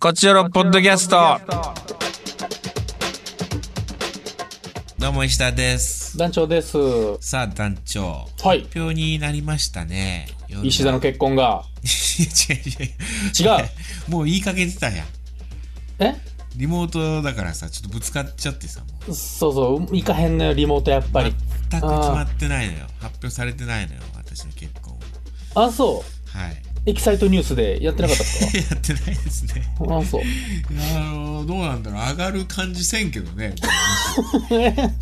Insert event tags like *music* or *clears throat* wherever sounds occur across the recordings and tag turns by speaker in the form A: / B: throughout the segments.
A: こちらのポッドキャスト。どうも石田です。
B: 団長です。は
A: さあ団長。
B: い。
A: 発表になりましたね。 *laughs* 夜
B: 石田の。結婚が。
A: 違う
B: 違
A: 違う。
B: う。
A: う。もう言いかけてたやん。
B: え
A: リモートだからさ、ちょっとぶつかっちゃってさ、もう
B: そうそう。行かへんのよ、リモートやっぱり。
A: 全く決まってないのよ。発表されてないのよ、私の結婚は。
B: あ、そ
A: はい。
B: う。エキサイトニュースでやってなかったっす
A: やってないですね。
B: かあ、そう。
A: あのどうなんだろう上がる感じせんけど
B: *laughs*
A: ね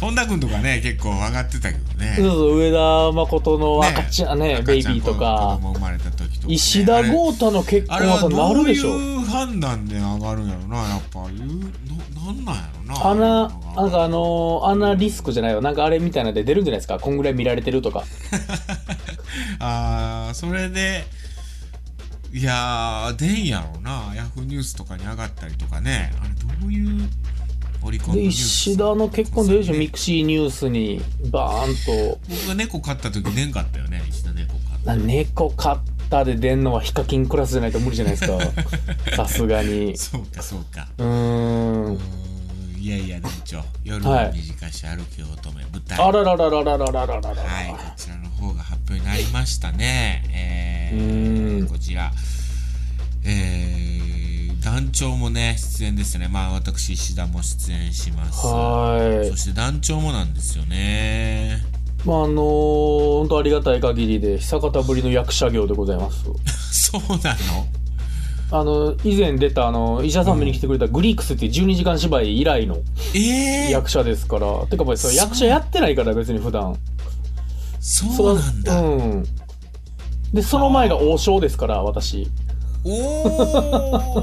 A: 本田君とかね結構上がってたけどね
B: そうそう。上田誠の赤ちゃんね、
A: 赤
B: ベイビ
A: ちゃん
B: ーと
A: 子
B: か。
A: 供生まれた時とかね、
B: 石田豪太の結
A: あ
B: 婚
A: れ
B: は
A: は
B: さ、な
A: ど
B: る
A: う
B: で
A: い
B: しょ。
A: う判断で上がるんやろなやっぱいうななんなんやろな
B: あな、なんかあ
A: あ
B: のー、あなリスクじゃないよ。なんかあれみたいなんで出るんじゃないですか。こんぐらい見られてるとか。
A: *laughs* あーそれでいやー出んやろなヤフーニュースとかに上がったりとかねあれどういう折り込んだ
B: で、
A: ニュース
B: 石田の結婚出るでしょ。ミクシーニュースに、バーンと。
A: 僕が猫飼った時出んかったよね石田猫飼った
B: な猫飼ったで出んのはヒカキンクラスじゃないと無理じゃないですかさすが *laughs* に
A: そうかそうか。
B: うー
A: うんーんいやいや団長、夜
B: は
A: の
B: い
A: 短し歩きを乙女舞台。
B: あらららららららららら
A: はい、こちらの方が発表になりましたね。え
B: うー
A: ー、
B: ん
A: こちら、えー、団長もね出演ですね。まあ私石田も出演します。
B: は
A: そして団長もなんですよね。 *laughs*
B: いまああのー、本当ありがたい限りで久方ぶりの役者業でございます
A: *laughs* そうなの？
B: あの以前出たあの石田さん見に来てくれたグリークスっていう12時間芝居以来の
A: ええー、
B: 役者ですから、てかやっぱりそ
A: そう
B: れ役者やってないから別に普段
A: そうなんだ。
B: うんでその前が王将ですから私
A: お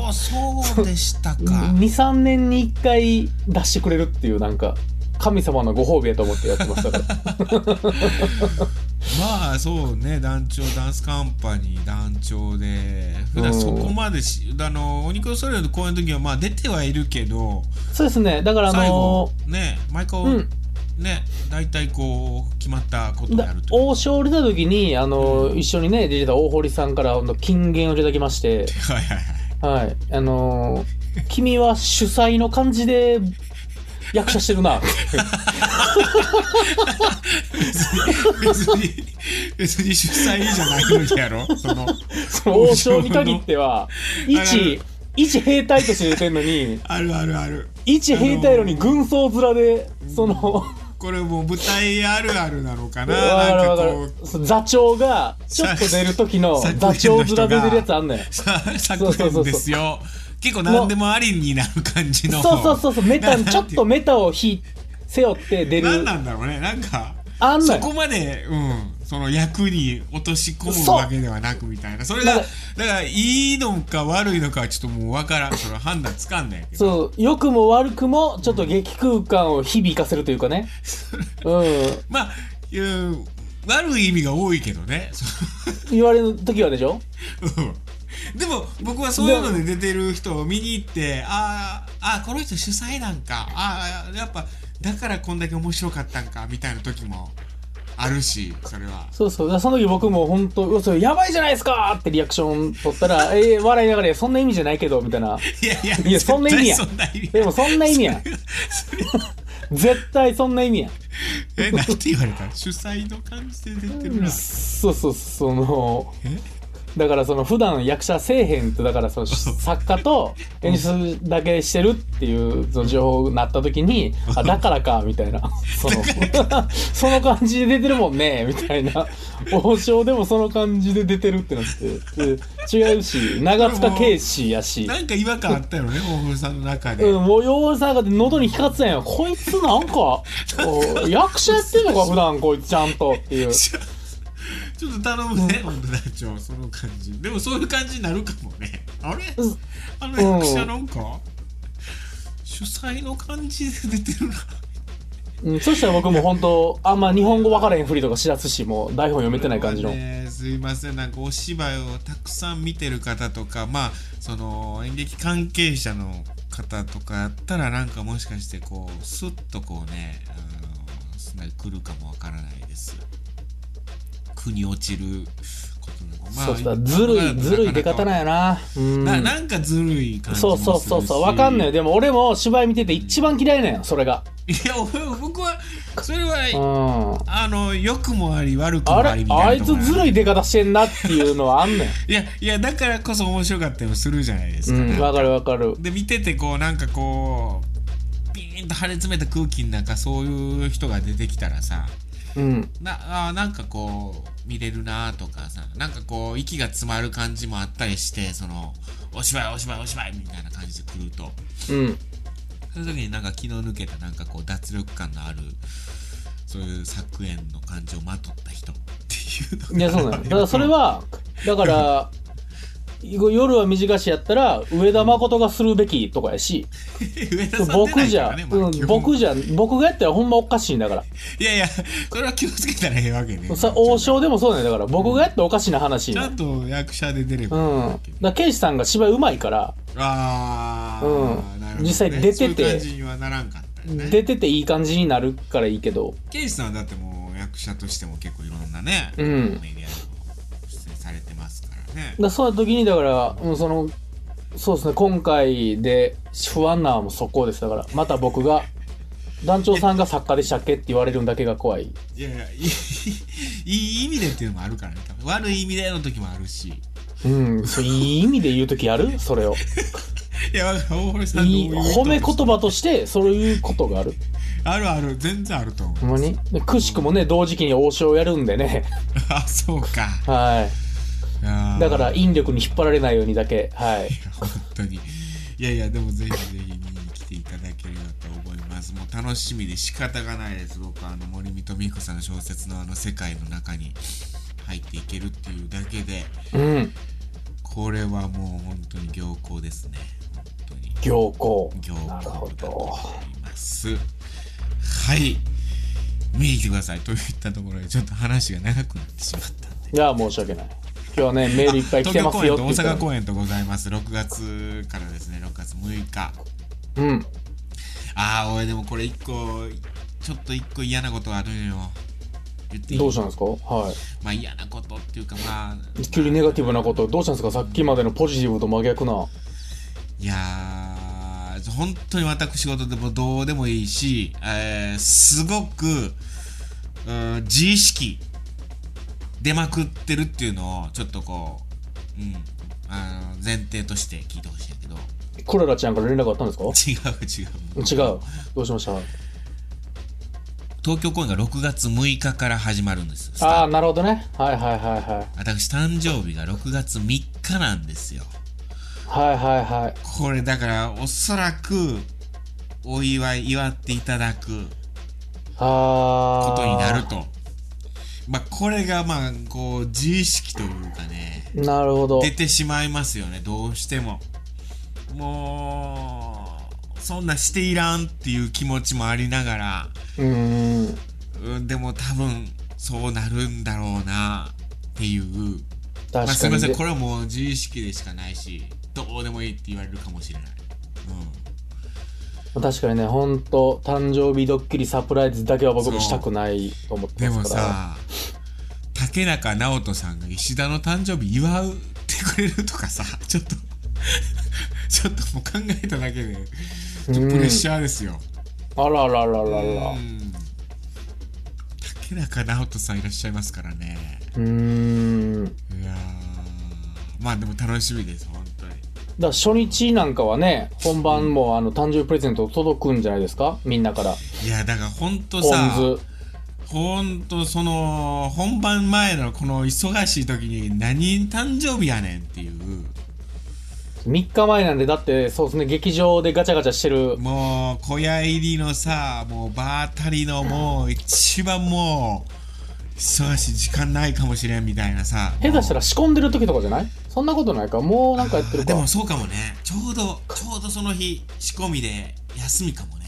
A: お、そうでしたか。
B: 23年に1回出してくれるっていうなんか神様のご褒美やと思ってやってましたから
A: *laughs* まあそうね団長ダンスカンパニー団長で普段
B: うん
A: そこまでし、あのお肉のソレイユの公演の時はまあ出てはいるけど
B: そうですねだからあ
A: 最後
B: の
A: ね毎回、
B: うん
A: ね大体こう決まったことをや
B: だ
A: ると
B: 王将降りた時にあの、一緒にね出てた大堀さんからほんと金言をいただきまして
A: はいはいはい
B: はいあのー君は主催の感じで役者してるなって
A: 別に別に主催じゃないのにやろ *laughs* その
B: その王将に限っては一一兵隊として出てんのに
A: あるあるある
B: 一兵隊なのに軍曹面でその。
A: これもう舞台あるあるなのかな
B: わかる
A: な
B: わ
A: んか
B: か
A: こ
B: る
A: う。
B: そう座長が、ちょっと出る時の
A: さ
B: 座長面で出るやつあんのよ。
A: さ
B: そうそうそうそ
A: 作
B: う
A: んですよ結構何でもありになる感じの
B: そうそうそうそう、メタ
A: な
B: ン、ちょっとメタをひ背負って出
A: 何
B: る。
A: なんだろうねなんか
B: あんの
A: そ
B: よ
A: こ。まで、うん、その役に落とし込む
B: そう
A: わけではなくみたいなそれがだ
B: な
A: か
B: んから
A: いいのか悪いのかはちょっともう分からんそれは判断つかんないけど
B: そう、良くも悪くも、ちょっと劇空間を響かせるという
A: *laughs*
B: かね。うん。
A: まあうん悪い意味が多いけどねそ
B: 言われる時はでしょ
A: うんでも僕はそういうので出てる人を見に行ってあーあーこの人主催なんかあーやっぱだからこんだけ面白かったんかみたいな時もあるしそれは
B: そうそう。だからその時僕も本当うわそれやばいじゃないですかってリアクション取ったら、えー、笑いながら、いやそんな意味じゃないけど、みたいな。
A: いやいや
B: いやそんな意味や
A: 絶対そんな意味
B: *laughs* でもそんな意味
A: *laughs*
B: やん。絶対そんな意味やん。
A: えなんて言われた主催の感じで出てるな
B: そうそうその
A: え
B: だからその普段役者せえへんとだからそ
A: *laughs*
B: の作家と演出だけしてるっていうその情報になった時にあだからかみ
A: *laughs*
B: たいなそのその感じで出てるもんねみた
A: *laughs*
B: いな王将でもその感じで出てるってなってで違うし長塚圭史やし。
A: なんか違和感あったよね大森さんの中で、
B: うん、もうようさが喉に光ってたんやこいつなんかお役者やってんのか普段こいつちゃんとっていう
A: ちょちょっと頼むね、本当団長その感じでもそういう感じになるかもねあれ
B: うん
A: あの役者なんか、主催の感じで出てるな
B: うん、そしたら僕も本当あんま日本語分からへんふりとかしだすしもう台本読めてない感じの、
A: ね、すいませんなんかお芝居をたくさん見てる方とかまあその演劇関係者の方とかやったらなんかもしかしてこうスッとこうねあのすんなり来るかもわからないです腑に落ちることなのか、
B: そうしたらずるい、ずるい出方なんやな。うん
A: ななんかずるい感じ
B: そ
A: も
B: う
A: するし
B: そうそうそう、わかんない。でも俺も芝居見てて一番嫌いなんよ、それが。
A: いや俺僕はそれ
B: う
A: は
B: ん。
A: あの良くもあり悪くも
B: あ
A: あり
B: れ
A: み
B: あ
A: たい
B: い
A: な
B: つ
A: こ
B: ずるい出方してんなっていうのはあ
A: *laughs*
B: んねん。
A: いやいやだからこそ面白かったりもするじゃないです
B: う
A: か、
B: ん、わかるわかる。
A: で見ててこうなんかこうピーンと張り詰めた空気の中そういう人が出てきたらさ
B: うん。
A: なあーなんかこう見れるなとかさなんかこう息が詰まる感じもあったりしてそのお芝居お芝居お芝居みたいな感じで来ると
B: うん。
A: そういう時になんか気の抜けたなんかこう脱力感のあるそういう作演の感じをまとった人っていうのが
B: いや、そう
A: *laughs*
B: なの。だからそれは、だから、夜は短しやったら、上田誠がするべきとかやし、
A: 上田さん出な
B: 僕
A: い
B: じ
A: か
B: ゃ
A: ら、ねまあ
B: うん
A: 基本
B: 僕じゃ、僕がやったらほんまおかしいんだから。
A: いやいやそれは気をつけたらええわけね
B: さ王将でもそうなんだから、僕がやったらおかしな話に
A: ち
B: な
A: ゃ
B: る
A: んと役者で出れ
B: う
A: ばいい
B: ん。だ
A: わ
B: か
A: けね
B: ら、ケイシさんが芝居うまいから、
A: ああ、
B: うん
A: なるほどね
B: 実際出てて
A: そういう感じにはならんかったよね
B: 出てていい感じになるからいいけど、
A: ケイシさんはだってもう役者としても結構いろんなね、
B: うん
A: メディアにも出演されてますからね
B: だそうなった時にだから、うん、そのそうですね今回で不安なのはもうそこですだからまた僕が団長さんが作家でしたっけって言われるんだけが怖い
A: いやいやいいいい意味でっていうのもあるからね多分悪い意味での時もあるしい
B: うんそういい意味で言う時やるそれ *laughs* を
A: や大堀さんどう
B: い
A: い
B: いう
A: 意図
B: 褒め言葉としてそういうことがある
A: あるある全然あると思う
B: ほんまにでくしくもね同時期に王将やるんでね
A: *laughs* あそうか
B: はい
A: あー
B: だから引力に引っ張られないようにだけはい
A: *laughs* 本当にいやいやでもぜひぜひ見に来ていただければと思いますもう楽しみで仕方がないです僕はあの森見と美子さんの小説のあの世界の中に入っていけるっていうだけで
B: うん
A: これはもう本当に良好ですね本当に
B: 行行
A: 良
B: なる
A: 好
B: ほ
A: だと
B: ど
A: 思いますはい見に来てくださいといったところでちょっと話が長くなってしまった
B: いや申し訳ない今日はねメールいっぱい来てますよって言っ
A: 東
B: た
A: 京
B: の
A: 公演と大阪
B: に
A: 公演とございます6月からですね6月6日
B: うん
A: ああ俺でもこれ一個ちょっと一個嫌なことあるんよ言っていい
B: どうしたんですかは
A: まあ嫌なことっていうかまあ
B: い。急にネガティブなこと、どうしたんですかさっきまでのポジティブと真逆な。
A: いやー本当に私事でもどうでもいいし、えーすごく、うん、自意識出まくってるっていうのをちょっとこう、うん、あの前提として聞いてほしいんだけど
B: コララちゃんから連絡あったんですか
A: 違う違う
B: 違う。どうしました
A: 東京公演が6月6日から始まるんですスタート
B: ああ、なるほどね。はいはいはいはい。
A: 私誕生日が6月3日なんですよ
B: はいはいはい。
A: これだからおそらくお祝い祝っていただく
B: ああ。
A: ことになるとまあこれがまあこう自意識というかね
B: なるほど。
A: 出てしまいますよねどうしてももうそんなしていらんっていう気持ちもありながら、
B: うーん。
A: うん、でも多分そうなるんだろうなっていうまあ、
B: 確
A: す
B: か
A: み
B: に
A: ません
B: ね。
A: これはもう自意識でしかないしどうでもいいって言われるかもしれない、う
B: 確かにね、ほんと、誕生日ドッキリサプライズだけは僕もしたくないと思っ
A: ん、
B: て
A: で
B: ま
A: も
B: すから。
A: さ竹中直人さんが石田の誕生日祝うってくれるとかさ *laughs* ちょっとちょっともう考えただけでちょっとプレッシャーですよ、
B: あらららららら。
A: うん竹中直人さんいらっしゃいますからね
B: うーん。だか
A: いやーまあでも楽しみです本当に
B: ら初日なんかはね、本番もあの誕生日プレゼント届くんじゃないですかみんなから。
A: いやだから本当
B: ポ
A: さ
B: ン酢。
A: ほんとその本番前のこの忙しい時に何誕生日やねんっていう
B: 3日前なんでだってそうですね劇場でガチャガチャしてる
A: もう小屋入りのさもう場当たりのもう一番もう忙しい時間ないかもしれんみたいなさ
B: 下手した
A: ら
B: ら仕込んでる時とかじゃないそんなことないかもうなんかやってるか
A: でもそうかもねちょうどちょうどその日仕込みで休みかもね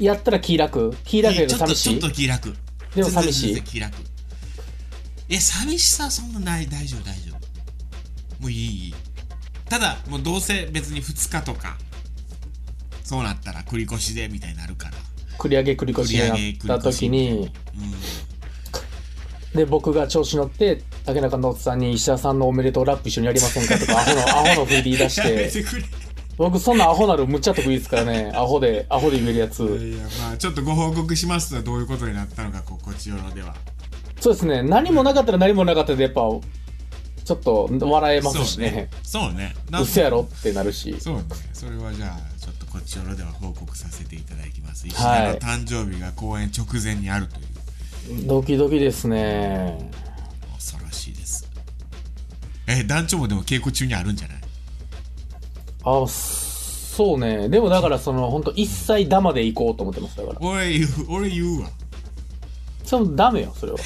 B: やったら気楽気楽やけ
A: ち
B: ど
A: ょっとち
B: 寂
A: ょ
B: し
A: っ
B: い
A: と気楽
B: でも寂し
A: 全然全
B: い
A: 然気楽いや寂しさはそんなない大丈夫大丈夫もういいいいただもうどうせ別に2日とかそうなったら繰り越しでみたいになるから
B: 繰り上げ繰り越しになった時に
A: うん
B: で僕が調子乗って竹中直人さんに石田さんのおめでとうラップ一緒にやりませんかとかアホのアホの振りで言い出し
A: やめ
B: て
A: てくれ
B: 僕そんなアホなるむっちゃ得意ですからねアホでアホで言えるやつ
A: いやまあちょっとご報告しますとはどういうことになったのかここちよろでは
B: そうですね何もなかったら何もなかったでやっぱちょっと笑えますしね
A: そうね
B: う
A: なん
B: 嘘やろってなるし
A: そうねそれはじゃあちょっとこちよろでは報告させていただきます石
B: はい
A: 田の誕生日が公演直前にあるという
B: ドキドキですね
A: 恐ろしいですえ団長もでも稽古中にあるんじゃない
B: あそうねでもだからその本当一切ダマで行こうと思ってますだから
A: 俺言う俺言うわ
B: それもダメよそれは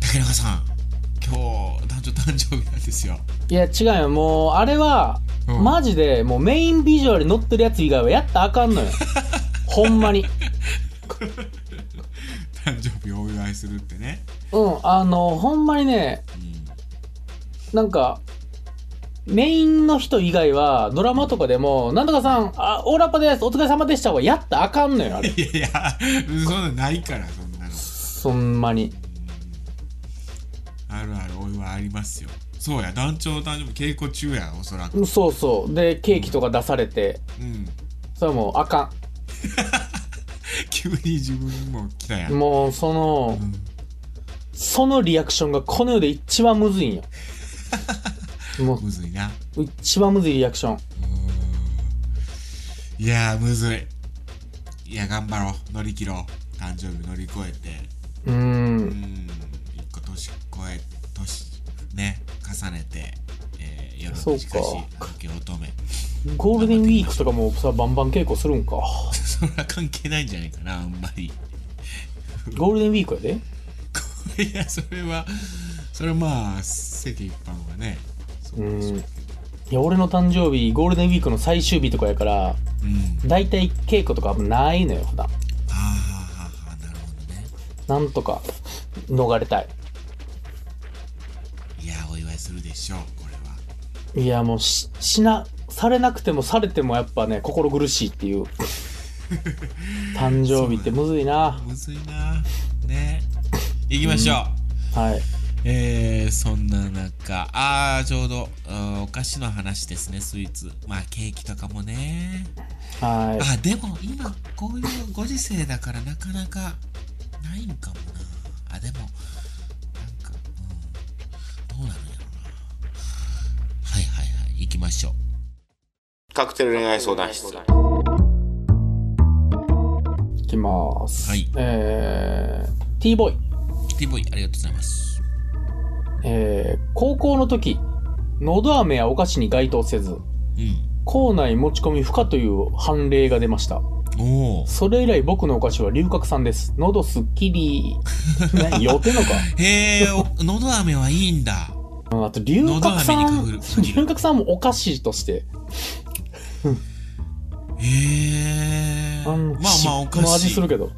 A: 竹中さん今日団長誕生日なんですよ
B: いや違うよもうあれは、
A: うん
B: マジでもうメインビジュアルに載ってるやつ以外はやったらあかん
A: *laughs*
B: のよほんまに
A: 誕生日をお祝いするってね
B: うんあのほんまにね
A: うん
B: なんかメインの人以外はドラマとかでも「なんとかさんあオーラッパですお疲れ様でした」はやったらあかんのよあれ
A: いやいやそんなのないからそんなの
B: そんまに
A: あるあるお祝いありますよそうや団長の誕生日稽古中やおそらく
B: そうそうでケーキとか出されて
A: うん
B: それはもうあか
A: 急に自分にも来たやん、
B: ん
A: うん
B: もうそのそのリアクションがこの世で一番む
A: *laughs*
B: ずいんよも
A: むずいな
B: う一番むずいリアクショ
A: う
B: ン
A: んいやーむずいいや頑張ろう乗り切ろう誕生日乗り越えて
B: うーん
A: うん一個年越え年ね重ねて、えー、夜
B: そう
A: の
B: か
A: 近しい関係乙女
B: ゴールデンウィークとかもさバンバン稽古するんか
A: *laughs* それは関係ないんじゃないかなあんまり *laughs*
B: ゴールデンウィークやで
A: いやそれはそれはまあ世間一般はねそうでしょうけ
B: いや俺の誕生日ゴールデンウィークの最終日とかやから
A: どうん
B: 大体稽古とかないのよ普段
A: ああああなるほどね
B: なんとか逃れたい
A: いやお祝いするでしょうこれはい
B: やもうししなされなくてもされてもやっぱね心苦しいっていう *laughs* 誕生日ってむずいな
A: むずいなね行きましょう、
B: はい
A: えー、そんな中ああちょうどあーお菓子の話ですねスイーツまあケーキとかもね
B: は
A: あでも今こういうご時世だからなかなかないんかもなあでもなんかうんどうなるんやろなはいはいはい行きましょうカクテル恋愛相談室はい
B: いいきます、
A: はい
B: えー、T ボーイ
A: ティボイありがとうございます
B: えー高校の時のど飴やお菓子に該当せず
A: うん
B: 校内持ち込み不可という判例が出ました
A: おお
B: それ以来僕のお菓子は龍角散です喉すっきり
A: *laughs*
B: 何酔ってんのか
A: へえのど飴はいいんだ
B: うんあと龍角
A: のど
B: 散
A: 飴に限る
B: 龍角散もお菓子として
A: へえ
B: あの
A: まあまあお
B: こ
A: か
B: の味
A: しい
B: するけど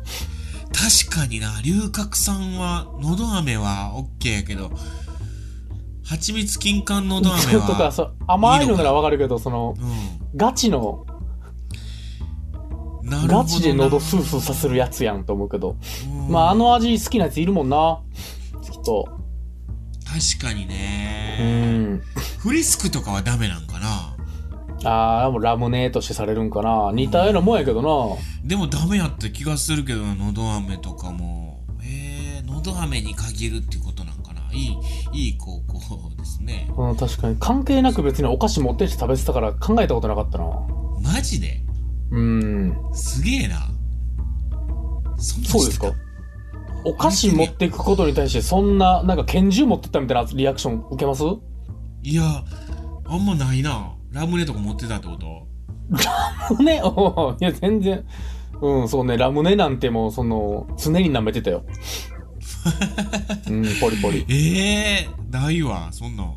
A: 確かにな龍角散はのど飴はオッケーやけど蜂蜜金柑の
B: *laughs*
A: ど飴
B: と
A: は
B: かそう甘いのならわかるけどその
A: う
B: ガチの
A: んなるほどな
B: ガチで喉スースーさせるやつやんと思うけど
A: うん
B: まああの味好きなやついるもんなきっと
A: 確かに
B: う
A: ね
B: ん
A: フリスクとかはダメなんかな
B: ああ、もうラムネとしてされるんかな。似たようなもんやけどな。
A: でもダメやった気がするけどなのど飴とかもへえのど飴に限るってことなんかないいいい高校ですね
B: うん、確かに。関係なく別にお菓子持ってって食べてたから考えたことなかったな。
A: マジで
B: うん。
A: すげえなそんなん
B: そうです
A: してた
B: かお菓子持ってくことに対してそんな、なんか拳銃持ってったみたいなリアクション受けます *laughs*
A: いやあんまないなラムネとか持ってたってこと
B: ねおういや、全然。うん、そうね。ラムネなんてもう、その、常に舐めてたよ。うん、ポリポリ。
A: ええないわそんなん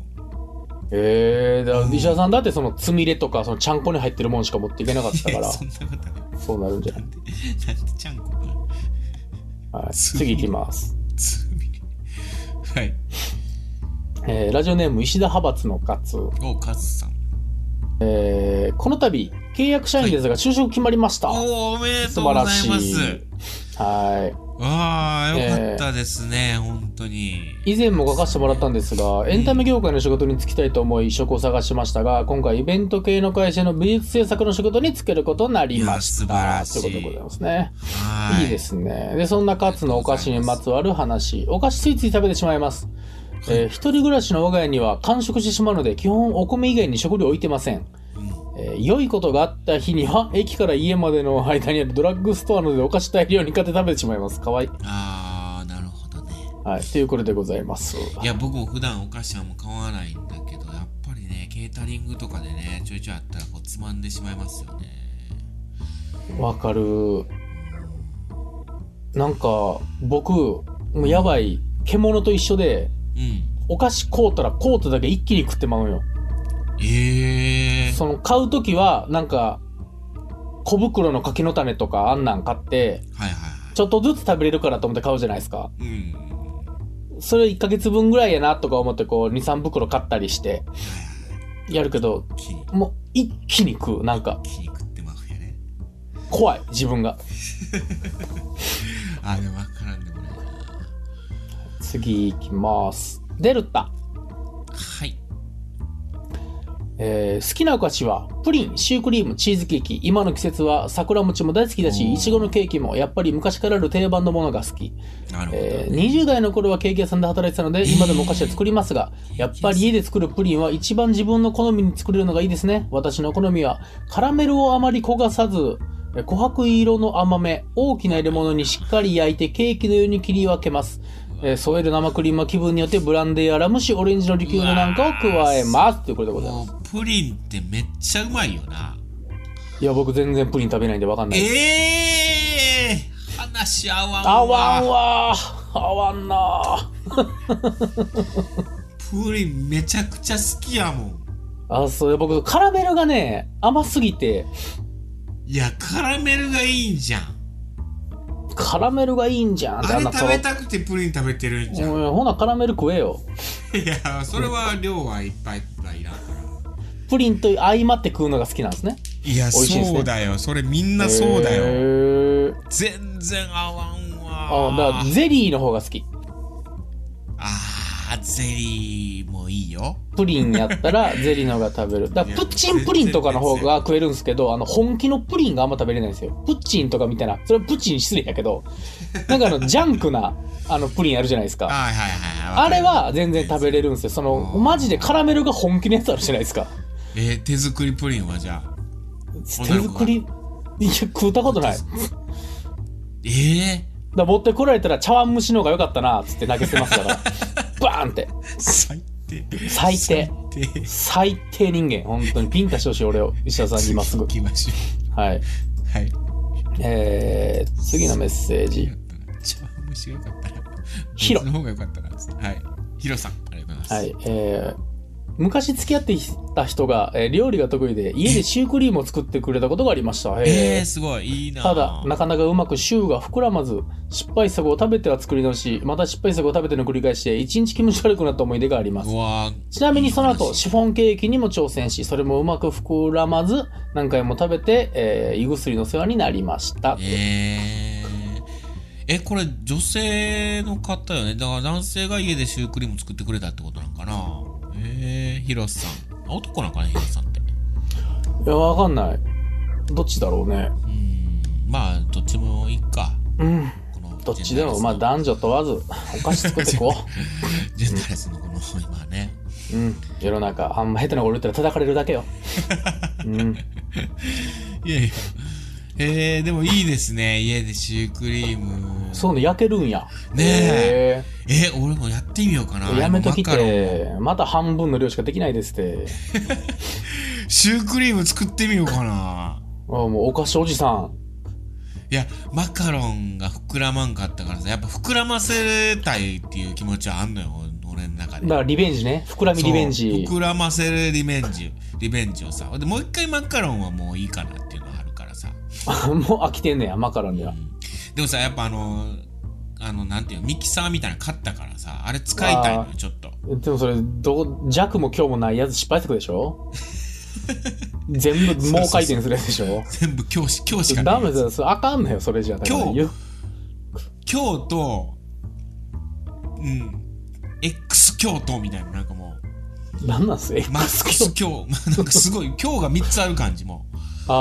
B: ええー、だから石田さんだってその、つみれとか、その、ちゃんこに入ってるもんしか持っていけなかったか
A: いや
B: *laughs* ら、
A: そんなことない *laughs*
B: そうなるんじゃない
A: なんてちゃんこが
B: はい。
A: つ
B: 次行きます。
A: 罪はい
B: えーラジオネーム石田派閥のガツ、
A: おカズさん
B: えーこの度契約社員ですが就職決まりました、は
A: おおおめでとうございま
B: 素晴
A: す
B: らしい
A: ああ、よかったですね、本当に。
B: 以前も書かせてもらったんですが、エンタメ業界の仕事に就きたいと思い、職を探しましたが、今回イベント系の会社の美術制作の仕事に就けることになりまし
A: い
B: た。
A: や素
B: と
A: 晴らしい
B: いうことでございますね。
A: はい
B: いですね。で、そんなカツのお菓子にまつわる話。お菓子ついつい食べてしまいます。えー一人暮らしの我が家には完食してしまうので、基本お米以外に食料置いてませ
A: う
B: ん。
A: ん
B: えー良いことがあった日には、駅から家までの間にあるドラッグストアなどでお菓子大量に買って食べてしまいます。かわいい。
A: ああ、なるほどね。
B: はい。ということでございます。
A: いや、僕も普段お菓子はもう買わないんだけど、やっぱりね、ケータリングとかでね、ちょいちょいあったらこうつまんでしまいますよね。
B: わかる。なんか、僕、もうやばい。獣と一緒で、
A: うん。
B: お菓子買うたらコートだけ一気に食ってまうんよ。
A: ええー。
B: その買うときは、なんか、小袋の柿の種とかあんなん買って、
A: はいはいはい。
B: ちょっとずつ食べれるからと思って買うじゃないですか。
A: うん。
B: それ1ヶ月分ぐらいやなとか思ってこう、2、3袋買ったりして、やるけど、
A: 気に、
B: もう一気に食う。なんか、
A: 気に食ってまうやね。
B: 怖い、自分が。
A: あ、でもわからんでもないな。
B: 次行きます。デルタ。
A: はい。
B: えー好きなお菓子はプリン、シュークリーム、チーズケーキ。今の季節は桜餅も大好きだ
A: おー
B: し、いちごのケーキもやっぱり昔からある定番のものが好き。
A: なるほど。
B: えー20代の頃はケーキ屋さんで働いてたので、今でもお菓子は作りますが、やっぱり家で作るプリンは一番自分の好みに作れるのがいいですね。私の好みは、カラメルをあまり焦がさず、え琥珀色の甘め、大きな入れ物にしっかり焼いてケーキのように切り分けます。えー添える生クリームは気分によってブランデーやラム酒、オレンジのリキュールなんかを加えます。ということでございます
A: も。うプリンってめっちゃうまいよな。
B: いや、僕全然プリン食べないんでわかんない。
A: ええー、話合わんわ。
B: 合わんわー合わんな
A: プリンめちゃくちゃ好きやもん。
B: ーあ、そう、僕、カラメルがね、甘すぎて、
A: いや、カラメルがいいんじゃん。
B: カラメルがいいんじゃんって
A: あれ
B: んな
A: 食べたくてプリン食べてるんじゃん。い
B: うんほな、カラメル食えよ。
A: や、それは量はいっぱいはいらんから。
B: プリンと相まって食うのが好きなんですね。
A: いや、
B: 美味しいですね
A: そうだよ。それみんなそうだ
B: へ
A: よ。
B: ー
A: 全然合わんわ。
B: あ、だからゼリーの方が好き。
A: あー、ゼリーもいいよ。
B: プリンやっ
A: *laughs*
B: たらゼリーの方が食べる。だからプッチンプリンとかの方が食えるんですけど、あの本気のプリンがあんま食べれないんですよ。プッチンとかみたいな、それはプッチン失礼やけど、 *laughs* なんかあのジャンクなあのプリンあるじゃないですか。
A: はいはいはいはい。
B: あれは全然食べれるんですよ。その、
A: うん
B: マジでカラメルが本気のやつあるじゃないですか。
A: えー、手作りプリンはじゃあ。
B: 手
A: 女の子が
B: 作り、いや、食ったことない。だか
A: ええ
B: ら持ってこられたら茶碗蒸しの方が良かったな、つって投げてます
A: *laughs*
B: から。バーンって。
A: ー、最低。
B: 最低。
A: 最低。
B: 最低人間。本当にピンタしてほしい、俺を。石田さんに今すぐ
A: 行。きましょ
B: はい。
A: う。はい。
B: えー、次のメッセージ。
A: 茶碗蒸しがよかったな。
B: ヒロ
A: その方がよかったな。はい。ヒロさん、ありがとうございます。
B: はい、えー昔付き合っていた人が、えー料理が得意で家でシュークリームを作ってくれたことがありました。
A: え
B: へ
A: ー、
B: ー
A: すごい、いいな。
B: ただ、なかなかうまくシューが膨らまず、失敗作を食べては作り直し、また失敗作を食べての繰り返しで、一日気持ち悪くなった思い出があります
A: う。わー
B: ちなみにその
A: いい
B: 後、
A: 話
B: シフォンケーキにも挑戦し、それもうまく膨らまず、何回も食べて、えー胃薬の世話になりました。
A: えー、え、これ、女性の方よね。だから、男性が家でシュークリーム作ってくれたってことなんかな。えー、ヒロさん。あ男なんかね、ヒロさんって。
B: いや、わかんない。どっちだろうね。
A: うーん、まあ、どっちもいいか。
B: うん。
A: この
B: どっちでも、まあ
A: だ。
B: 男女問わず、お菓子作ってこ
A: *laughs*
B: う。
A: ジェンダーレスのこの、今ね。
B: うん、世の中あんま下手なこと言ったら叩かれるだけよ、うん、
A: いやいや。えー、でもいいですね。家でシュークリーム。
B: そういうの焼けるんや
A: ね
B: え
A: え、俺もやってみようかな。
B: やめときっ
A: マカロン。
B: てまた半分の量しかできないですって
A: シュークリーム作ってみようかな。
B: あもうお菓子おじさん
A: いや、マカロンが膨らまんかったからさ、やっぱ膨らませたいっていう気持ちはあんのよ、俺の中で
B: だ。からリベンジね膨らみリベンジ
A: そう膨らませるリベンジ、リベンジをさ。で、もう一回マカロンはもういいかなっていうのはあるからさ。
B: *laughs* もう飽きてんねやマカロンには
A: でもさ、やっぱあの、あの、なんていうの、ミキサーみたいなの買ったからさ、あれ使いたいの
B: あ
A: よ、ちょっと。
B: でもそれど弱も強もないやつ失敗作で
A: *laughs*
B: しょ全部猛回転するやつでしょ
A: 全部教師、教師から。
B: ダメだよそれあかんのよそれじゃだから
A: 今日
B: ゆ
A: 京都うん X 京都みたいななんかも *laughs*
B: なんなんす
A: う
B: X
A: マックス京なんかすごい京が3つある感じも
B: ああ、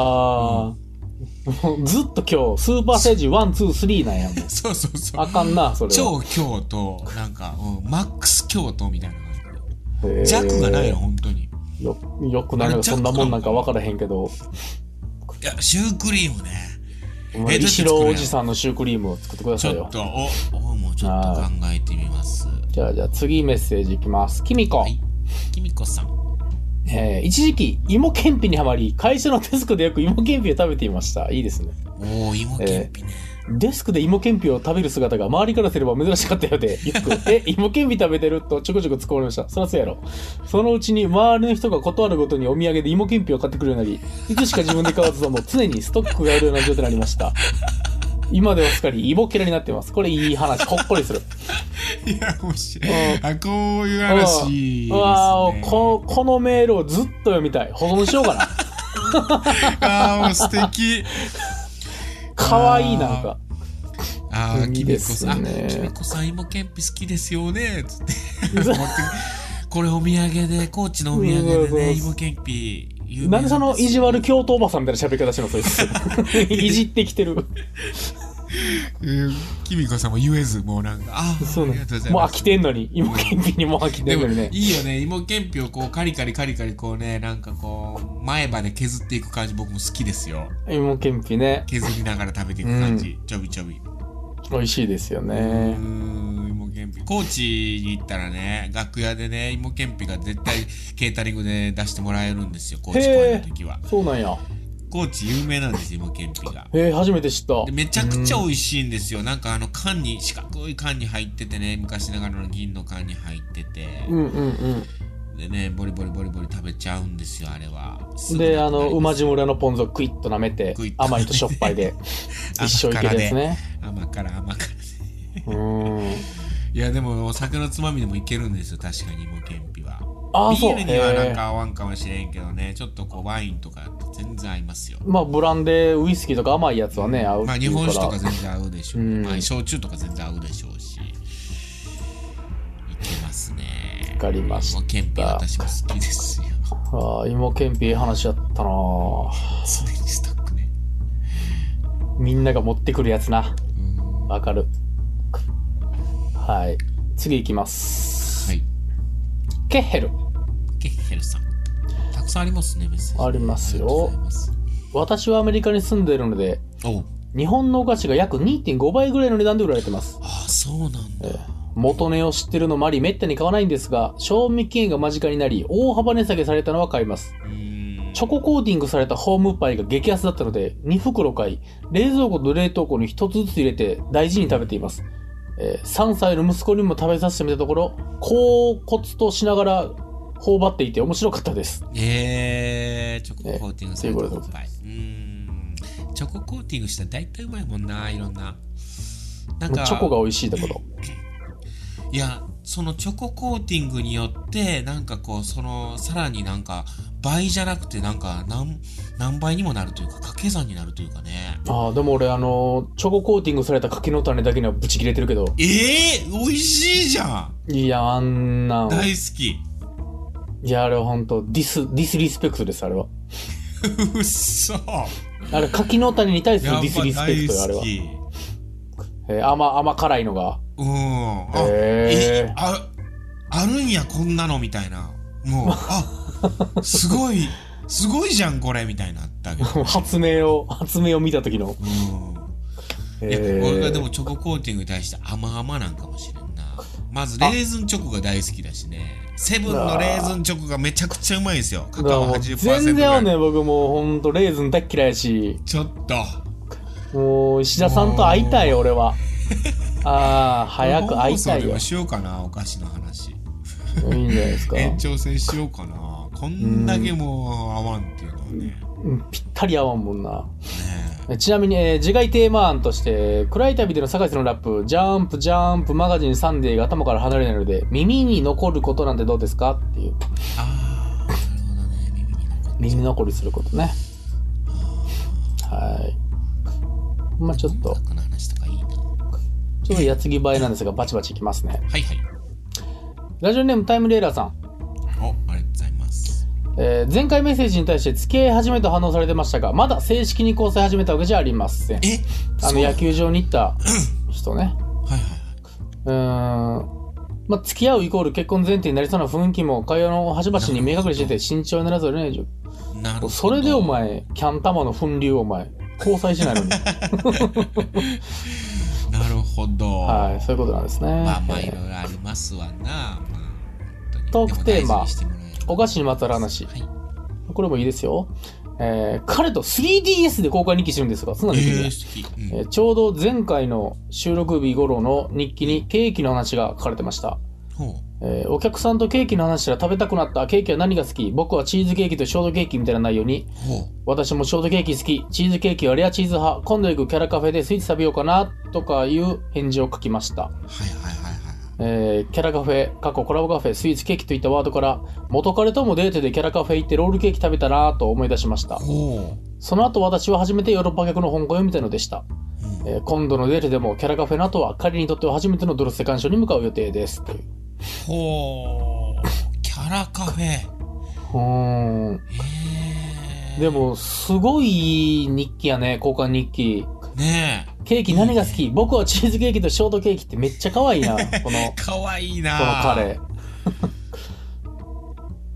B: もうずっと今日スーパーステージワンツースリーなんやもう
A: うそうそうそう
B: あかんなそれは
A: 超京都なんか、うん、マックス京都みたいな感
B: へー
A: じ弱がないの本当に
B: よよくない
A: あ
B: な
A: れ
B: そんなもんなんか分からへんけど
A: いやシュークリームねえ
B: 石郎おじさんのシュークリームを作ってくだ
A: ち
B: さい
A: ょ
B: よ
A: っとおおもうちょっと考えてみます
B: じゃあじゃあ次メッセージいきますきみこ、
A: はいきみこさん
B: えー一時期芋けんぴにはまり会社のデスクでよく芋けんぴを食べていましたいいですね
A: おお芋けんぴね、
B: デスクで芋けんぴを食べる姿が周りからすれば珍しかったようで、よく、 *laughs* え、芋けんぴ食べてるとちょこちょこ突っ込まれました。そらそうやろ。そのうちに周りの人が断るごとにお土産で芋けんぴを買ってくるようになり、いつしか自分で買わずとも常にストックがあるような状態になりました。今ではすっかり芋キャラになってます。これいい話、ほっこりする。
A: いや面白
B: う
A: いあこういう話いいですね
B: わあ、こ、このメールをずっと読みたい。保存しようかな。
A: あー素敵
B: かわいいなんか。
A: あー
B: い
A: き
B: い
A: み
B: で
A: こ
B: す
A: さん
B: ね
A: あきみこさん芋けんぴ好きですよねつって持ってこれお土産で高知のお土産で
B: そうそうそう
A: ね芋けんぴ有名
B: なんでその意地悪
A: き
B: 教頭おばさんみたいな喋り方してんのそいつ。 *laughs* いじってきてる。
A: きみこさんも言えずもうなんかあー
B: そう
A: あ
B: ね
A: りがとうござ。い
B: もう
A: ま
B: 飽
A: す
B: きてんのに。芋けんぴにもう飽きて
A: で
B: んの
A: も
B: にね
A: い。いよね芋けんぴをこうカリカリカリカリこうねなんかこう前歯で削っていく感じ僕も好きですよ
B: 芋けんぴね。
A: 削りながら食べていく感じ、ちょびちょび
B: 美味しいですよ
A: う
B: ね。
A: ーん芋けんぴ高知に行ったらね楽屋でね芋けんぴが絶対ケータリングで出してもらえるんですよ高知公演の時は
B: そうなんや。
A: 高知有名なんですよ芋けんぴが
B: えー、初めて知った
A: で。めちゃくちゃ美味しいんですよなんかあの缶に四角い缶に入っててね昔ながらの銀の缶に入ってて
B: うんうん
A: でねボリボリボリボリ食べちゃうんですよあれは
B: うん。で、あの、馬
A: じ
B: 路村のポン酢をクイッと舐めて
A: クイッ、と
B: 甘いとしょっぱ
A: *laughs*
B: いで、一生いけるやつね。
A: 甘辛甘辛
B: うーん。
A: いやでもお酒のつまみでもいけるんですよ確かに芋けんぴは
B: ああ、
A: ビ
B: そう。
A: ールにはな
B: へ
A: ん
B: ー
A: か合わんかもしれんけどね、ちょっとこうワインとか全然合いますよ。
B: まあ、ブランデー、ウイスキーとか甘いやつはね、合うって
A: まあ
B: い
A: 日
B: う
A: 本酒と
B: か。
A: から全然合うでしょう。
B: うん
A: まあ焼酎とか全然合うでしょうし。いけますね。
B: わかりました
A: もうケンピ私も好きですよ。
B: ああ、芋けんぴいい話やったなあ
A: 常にストックね。
B: みんなが持ってくるやつな。
A: うんは
B: わかる。はい。次いきます。
A: い。
B: ケッヘル。
A: ケッヘルさん。たくさんありますね、メッセージ。
B: ありますよ
A: ありがとうございます
B: 私はアメリカに住んでいるので、
A: おう
B: 日本のお菓子が約2.5倍ぐらいの値段で売られてます。
A: ああ、そうなんだ。
B: 元値を知ってるのもあり、めったに買わないんですが、賞味期限が間近になり、大幅値下げされたのは買います。
A: うーん
B: チョココーティングされたホームパイが激安だったので、2袋買い、冷蔵庫と冷凍庫に1つずつ入れて大事に食べています。えー3歳の息子にも食べさせてみたところ、こうコツとしながら頬張っていて面白かったです。
A: えー、チョココーティングされた
B: ね
A: コッパイ。うーん。チョココーティングしたら大体うまいもんな、いろんな。なんか、
B: チョコが美味しいってこと。
A: いや、そのチョココーティングによって、なんかこう、その、さらになんか、倍じゃなくて、なんか何、何倍にもなるというか、掛け算になるというかね。
B: ああ、でも俺、あのーチョココーティングされた柿の種だけにはブチ切れてるけど、
A: えー、美味しいじゃん
B: いや、あんなん、
A: 大好き。 *laughs*
B: いや、あれはほんと、ディス、ディスリスペクトです、あれは。
A: うっそ
B: あれ、柿の種に対する
A: や
B: デ
A: っ
B: ィス
A: ぱ
B: リス
A: 大
B: ペクトよ、あれは
A: 好。き。
B: えー甘、甘辛いのが。
A: うん。あ、
B: へー
A: えあ、あるんや、こんなのみたいな。もう、あ、すごい、すごいじゃん、これみたいになったけ
B: *laughs*
A: ど。
B: 発明を、発明を見た時の。
A: うん。いや、
B: えー
A: 俺がでもチョココーティングに対して甘々なんかもしれんな。まず、レーズンチョコが大好きだしね。セブンのレーズンチョコがめちゃくちゃうまいですよ。カカ
B: だからも
A: オ
B: う
A: 80%
B: 全
A: ぐ
B: 然合
A: ら
B: う
A: い。
B: ね、僕もうほんと、レーズン大っ嫌いやし、
A: ちょっと。
B: もう、石田さんと会いたい、俺は。ああ、早く会いた
A: 本放送
B: い
A: で
B: よ
A: も。しようかな、お菓子の話。
B: いいんじゃないですか。
A: 延長戦しようかな。こんだけもう合わんっていうのはね。
B: うんぴったり合わんもんな。
A: ねえ
B: ちなみに、えー自害テーマ案として、暗い旅での酒井さんのラップ、ジャンプ、ジャンプ、マガジン、サンデーが頭から離れないので、耳に残ることなんてどうですかっていう。
A: ああ、なるほどね。耳に残っ
B: 耳残りすることね。はい。まあちょっと
A: 音、楽の話とかいいな。
B: ちょっと矢継ぎ映えなんですが、バチバチいきますね。
A: はいはい
B: ラジオネームタイムレーラーさん。
A: おありがとうございます
B: えー前回メッセージに対して付き合い始めと反応されてましたがまだ正式に交際始めたわけじゃありません
A: え
B: あ
A: そ
B: の
A: う
B: 野球場に
A: *clears throat*
B: 行った人ね
A: はいはいは
B: うーんまあ付き合うイコール結婚前提になりそうな雰囲気も会話の端々に目隠れしてて慎重にならざるを得ない状
A: いなるほ
B: 況
A: ど
B: それでお前キャン玉の粉流お前交際しないの
A: *laughs*
B: に
A: なるほど
B: はいそういうことなんですね、
A: まあまあい
B: え
A: ろいろありますわな、まあ、
B: ト
A: 本当に
B: ークテー
A: でも
B: マ
A: 大事にしてもらえる
B: ーお菓子にまつわる話
A: はい
B: これもいいですよ、えー彼と 3DS で交換日記してるんですがそんな
A: え
B: んできるんや
A: ー、好き、うん
B: えーちょうど前回の収録日頃の日記にケーキの話が書かれてました、
A: ほ
B: えーお客さんとケーキの話したら食べたくなったケーキは何が好き僕はチーズケーキとショートケーキみたいな内容に
A: うほ
B: 私もショートケーキ好きチーズケーキはレアチーズ派今度行くキャラカフェでスイーツ食べようかなとかいう返事を書きました、
A: うはいはいはいはい
B: えーキャラカフェ過去コラボカフェスイーツケーキといったワードから元彼ともデートでキャラカフェ行ってロールケーキ食べたなと思い出しました
A: ほ
B: その後私は初めてヨーロッパ客の本を見たのでした
A: う、うん
B: えー今度のデートでもキャラカフェの後は彼にとっては初めてのドルセ鑑賞に向かう予定ですという
A: ほうキャラカフェえー、
B: でもすごい日記やね交換日記
A: ねえ
B: ケーキ何が好き僕はチーズケーキとショートケーキってめっちゃ可愛
A: *laughs*
B: いなこのこ
A: かわいいな
B: の彼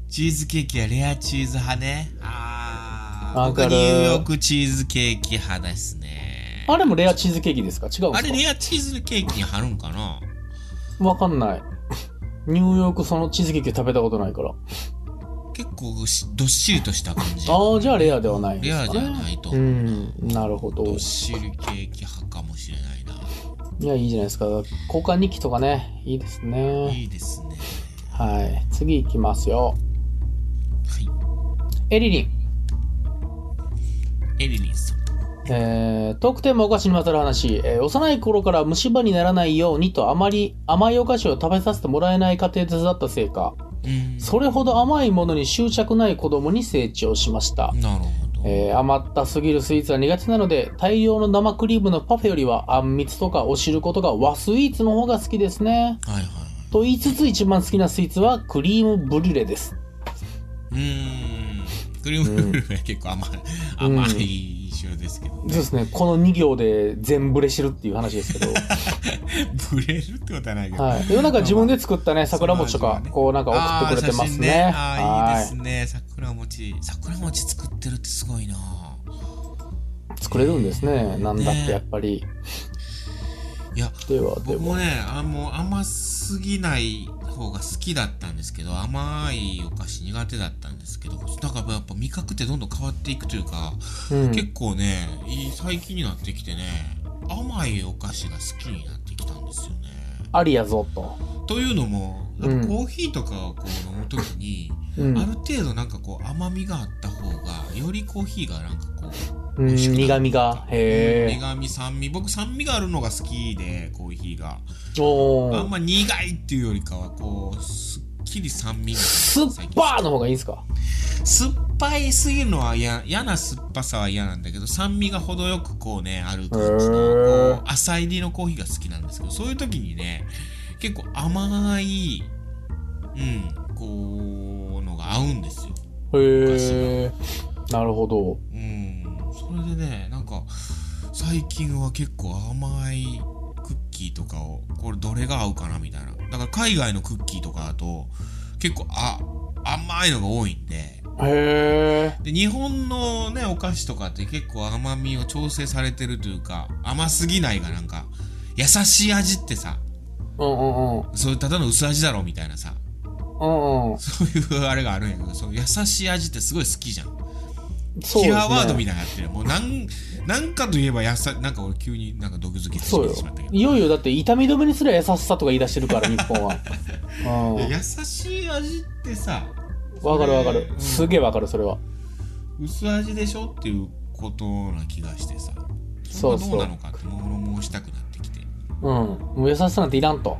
A: チーズケーキはレアチーズ派ねああ
B: わ
A: 僕
B: かる
A: はニューヨークチーズケーキ派ですね
B: あれもレアチーズケーキですか違うん
A: あ
B: で
A: れ
B: す
A: レアチーズケーキに貼るんかな
B: かわかんないニューヨークそのチーズケーキ食べたことないから
A: 結構しどっしりとした感じ
B: ああじゃあレアではないんで
A: レ
B: すか、ね
A: ア、じゃないと、
B: うんなるほど
A: どっしりケーキ派かもしれないな。
B: いやいいじゃないですか交換日記とかねいいですね
A: いいですね。
B: はい次いきますよ
A: は
B: エリリン
A: い。エリリンさん。
B: えートークテーマお菓子にまつわる話、えー幼い頃から虫歯にならないようにとあまり甘いお菓子を食べさせてもらえない家庭で育ったせいか
A: うん
B: それほど甘いものに執着ない子供に成長しました、
A: なるほど。
B: えー甘ったすぎるスイーツは苦手なので大量の生クリームのパフェよりはあんみつとかお汁粉とか和スイーツの方が好きですね
A: はいはいはい。
B: と言いつつ一番好きなスイーツはクリームブリュレです
A: うーん。クリームブルーは結構甘い、
B: ん
A: 甘い印象ですけど、
B: そうですねこの2行で全ブレしてるっていう話ですけど
A: ブレるってことはないけど。
B: はい。で、なんか自分で作ったね、桜餅とか、こうなんか送ってくれてますね。
A: あー写真ね
B: は
A: あーいいですね。桜餅。桜餅作ってるってすごいな。
B: い。作れるんですね。なんだって、やっぱり。
A: いや、
B: では、で
A: 僕
B: も。
A: もね、あもう甘すぎない方が好きだったんですけど、甘いお菓子苦手だったんですけど、だからやっぱ味覚ってどんどん変わっていくというか、
B: うん。
A: 結構ね、いい最近になってきてね、甘いお菓子が好きになってきたんですよね。
B: ありやぞ、と。
A: というのも、やっ
B: うん
A: ぱコーヒーとかをこう飲むときに、
B: うん
A: あ。る程度なんかこう甘みがあった方が、よりコーヒーがなんかこう、
B: うん、
A: 美味しくなる
B: 苦味が。へ
A: 苦味、酸味、僕酸味があるのが好きで、コーヒーが。
B: え。お
A: あん
B: ー。
A: ま苦いっていうよりかはこうすっきり酸味が
B: 酸っぱーの方がいいんすか
A: 酸っぱいすぎるのは嫌嫌な酸っぱさは嫌なんだけど酸味が程よくこうねある感じ
B: へー
A: のこう浅入りのコーヒーが好きなんですけどそういう時にね結構甘いうんこうのが合うんですよ
B: へえ。なるほど。
A: うんそれでねなんか最近は結構甘いクッキーとかをこれどれが合うかなみたいなだから海外のクッキーとかだと結構あ甘いのが多いんで
B: へえ。
A: で日本のねお菓子とかって結構甘みを調整されてるというか甘すぎないがなんか優しい味ってさ
B: うんうんうん。
A: そういうただの薄味だろみたいなさ
B: うんうん。
A: そういうあれがあるんやけどその優しい味ってすごい好きじゃん
B: そう
A: キ
B: です
A: ラーワードみ
B: ね。
A: たいになってる。もうなん、なんかといえばやさ、なんか俺急になんか毒づきして
B: そうよ
A: しまったけ。ど。
B: いよいよだって痛み止めにすら優しさとか言い出してるから、日
A: *laughs*
B: 本は。うん。
A: 優しい味ってさ、
B: わかるわかる
A: う。ん
B: すげえわかる、それは。
A: 薄味でしょっていうことな気がしてさ。
B: そうそう
A: こがどうなのかって物申したくなってきて。
B: うん。もう優しさなんていらんと。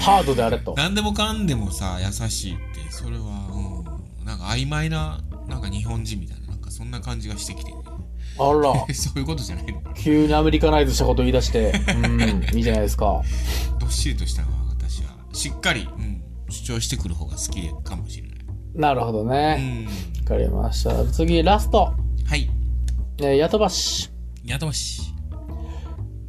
B: ハードであれと。
A: 何でもかんでもさ、優しいって、それは、うん、なんか曖昧な、なんか日本人みたいな、なんかそんな感じがしてきてね。
B: あら
A: そういうことじゃないの
B: 急にアメリカナイズしたこと言い出してうんいいじゃないですか
A: どっしりとしたのは私はしっかり、うん、主張してくる方が好きかもしれない
B: なるほど
A: う
B: ね
A: ん
B: わかりました次ラスト
A: はい
B: えー、やとばし、
A: やとまし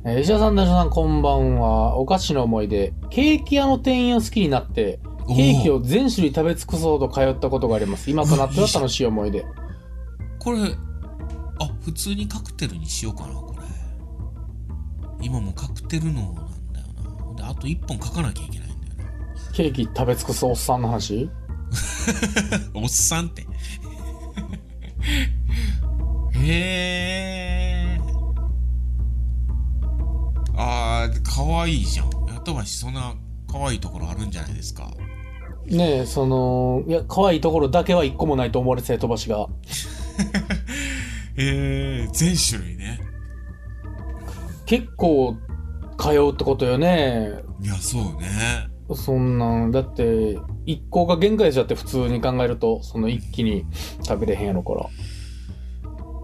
B: えー石田さん、田島さん、こんばんは。お菓子の思い出。ケーキ屋の店員を好きになって、
A: おー
B: ケーキを全種類食べ尽くそうと通ったことがあります。今となっては楽しい思い出。
A: これあ普通にカクテルにしようかなこれ今もうカクテルのなんだよなであと1本書かなきゃいけないんだよな
B: ケーキ食べ尽くすおっさんの話
A: おっさんって。 *laughs* へえ。ああ、かわいいじゃん。やとばし、そんな可愛いところあるんじゃないですか。
B: ねえ、その、いや、可愛いところだけは一個もないと思われてた飛ばしが。
A: ええ、全種類ね。
B: 結構、通うってことよね。
A: いや、そうね。
B: そんなん、だって、一個が限界じゃって普通に考えると、その一気に食べれへんやろから。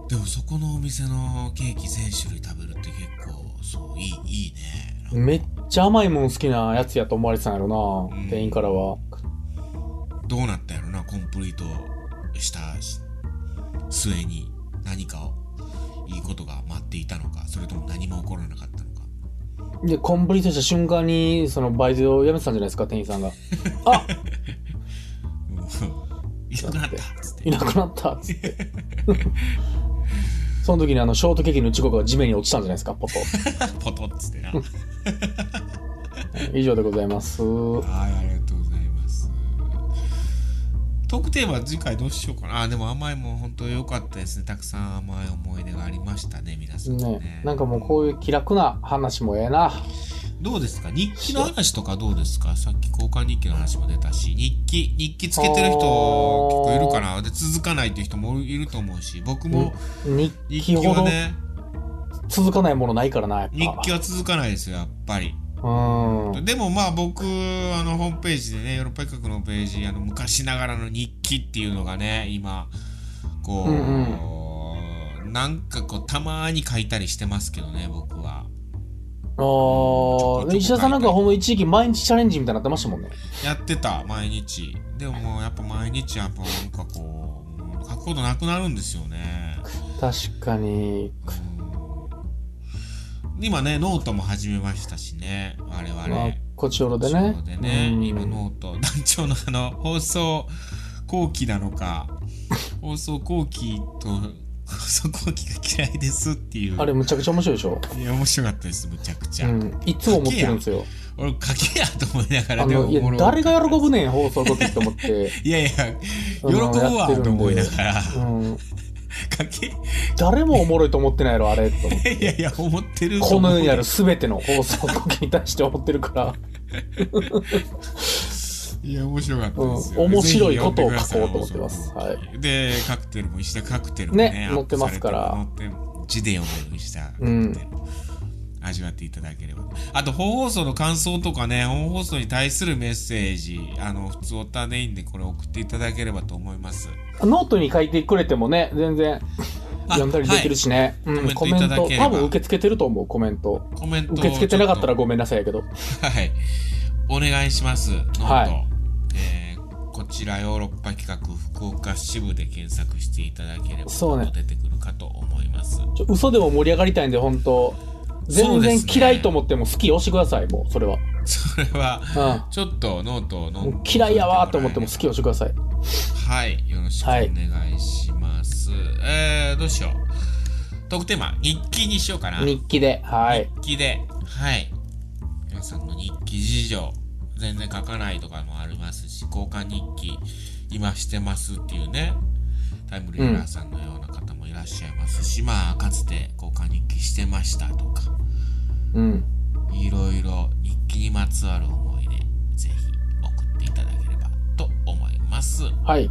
A: でも、そこのお店のケーキ全種類食べるって結構、そう、いい、いいね。なんか
B: めっちゃ甘いもん好きなやつやと思われてたんやろな、
A: うん
B: 店員からは
A: どうなったんやろな、コンプリートした末に何かいいことが待っていたのか、それとも何も起こらなかったのか。
B: でコンプリートした瞬間にそのバイトを辞めてたんじゃないですか店員さんがあ
A: うんいなくなったっつって
B: いなくなったっ
A: *laughs*
B: つってその時にあのショートケーキの時刻が地面に落ちたんじゃないですかポト
A: ポトッつってなはい
B: 以上でござ
A: *laughs*
B: います
A: ありがとうございますトークテーマ次回どうしようかなあでも甘いもん本当良かったですねたくさん甘い思い出がありましたね皆さんね
B: ねなんかもうこういう気楽な話もええな
A: どうですか日記の話とかどうですかさっき交換日記の話も出たし日記日記つけてる人結構いるかなで続かないっていう人もいると思うし僕も
B: 日
A: 日
B: 記
A: 記
B: ほ
A: は
B: ど
A: ね
B: 続かないものないからなやっぱ
A: 日記は続かないですよやっぱり
B: うん
A: でもまあ僕あのホームページでねヨーロッパ企画のページあの昔ながらの日記っていうのがね今こう、なんかこうたまに書いたりしてますけどね僕は
B: ああ石田さんなんかほんま一時期毎日チャレンジみたいになってましたもんね
A: やってた毎日でももうやっぱ毎日やっぱなんかこう書くことなくなるんですよね、
B: 確かに
A: うん今ねノートも始めましたしね我々、
B: まあ、こちおろで
A: そう
B: ね。
A: でね、
B: うん
A: 今ノート団長のあの放送後期なの
B: *laughs*
A: か放送後期と放送後期が嫌いですっていう
B: あれ、むちゃくちゃ面白いでしょ。
A: いや面白かったですむちゃくち
B: う
A: ゃ、
B: ん。いつも思ってるんですよ。
A: 俺書けやと思いなが
B: あ
A: らでも
B: の、いや
A: 俺、
B: 誰が喜ぶねん、放送時って
A: *laughs*
B: 思って。
A: いやいや喜
B: あの
A: ぶ
B: やっ
A: わ
B: てるんで
A: と思いながら *laughs*
B: うん。
A: 書け
B: 誰もおもろいと思ってないやろ、あれ。と思
A: *laughs*
B: って
A: いやいや思ってると
B: こ
A: 思
B: の
A: う
B: 世にある全ての放送時に対して思って
A: *laughs*
B: るから、
A: いや面白かった
B: うん、
A: ですよ、
B: 面白いことを
A: ぜひ
B: 書こ
A: 読
B: うと思っ
A: んで
B: て
A: くだ
B: ま
A: さ
B: す。はい。
A: でカクテルも石田カクテルもね
B: ね
A: アップされ
B: 載ってます
A: る
B: から
A: 載って字で読める石田カクテル、
B: うん
A: 味わっていただければあと本放送の感想とかね本放送に対するメッセージあの普通オタネインでこれ送っていただければと思います
B: ノートに書いてくれてもね、全然
A: あ
B: 読んだりできるしね。うん、コ
A: コ
B: メ
A: メン
B: ン
A: トいただ
B: ト、
A: ければ
B: 多分受け付けてると思う、コメント。
A: コメントを
B: 受け付けてなかったら
A: ちょ
B: ごめんなさいやけど。
A: っとはいお願いしますノート、
B: はい
A: えーこちらヨーロッパ企画福岡支部で検索していただければ
B: そうね
A: 出てくるかと思います
B: ちょ嘘でも盛り上がりたいんで、本当
A: そ
B: 全
A: うで
B: 然
A: すね
B: 嫌いと思っても好き押してください、もう、それは。
A: それは
B: う
A: ちょっとノートを
B: ん。も
A: の
B: う嫌いやわーと思っても好き押してください。
A: はい、よろしくお願いします。えー、どうしよう。特テーマ、日記にしようかな。
B: 日記で。はい。
A: 日記で、はい。皆さんの日記事情、全然書かないとかもありますし、交換日記、今してますっていうね、タイムレーラーさんのような方もいらっしゃいますし、まあ、かつて交換日記してましたとか、
B: うん。
A: いろいろ日記にまつわる思い出、ぜひ送っていただければと思います。
B: はい。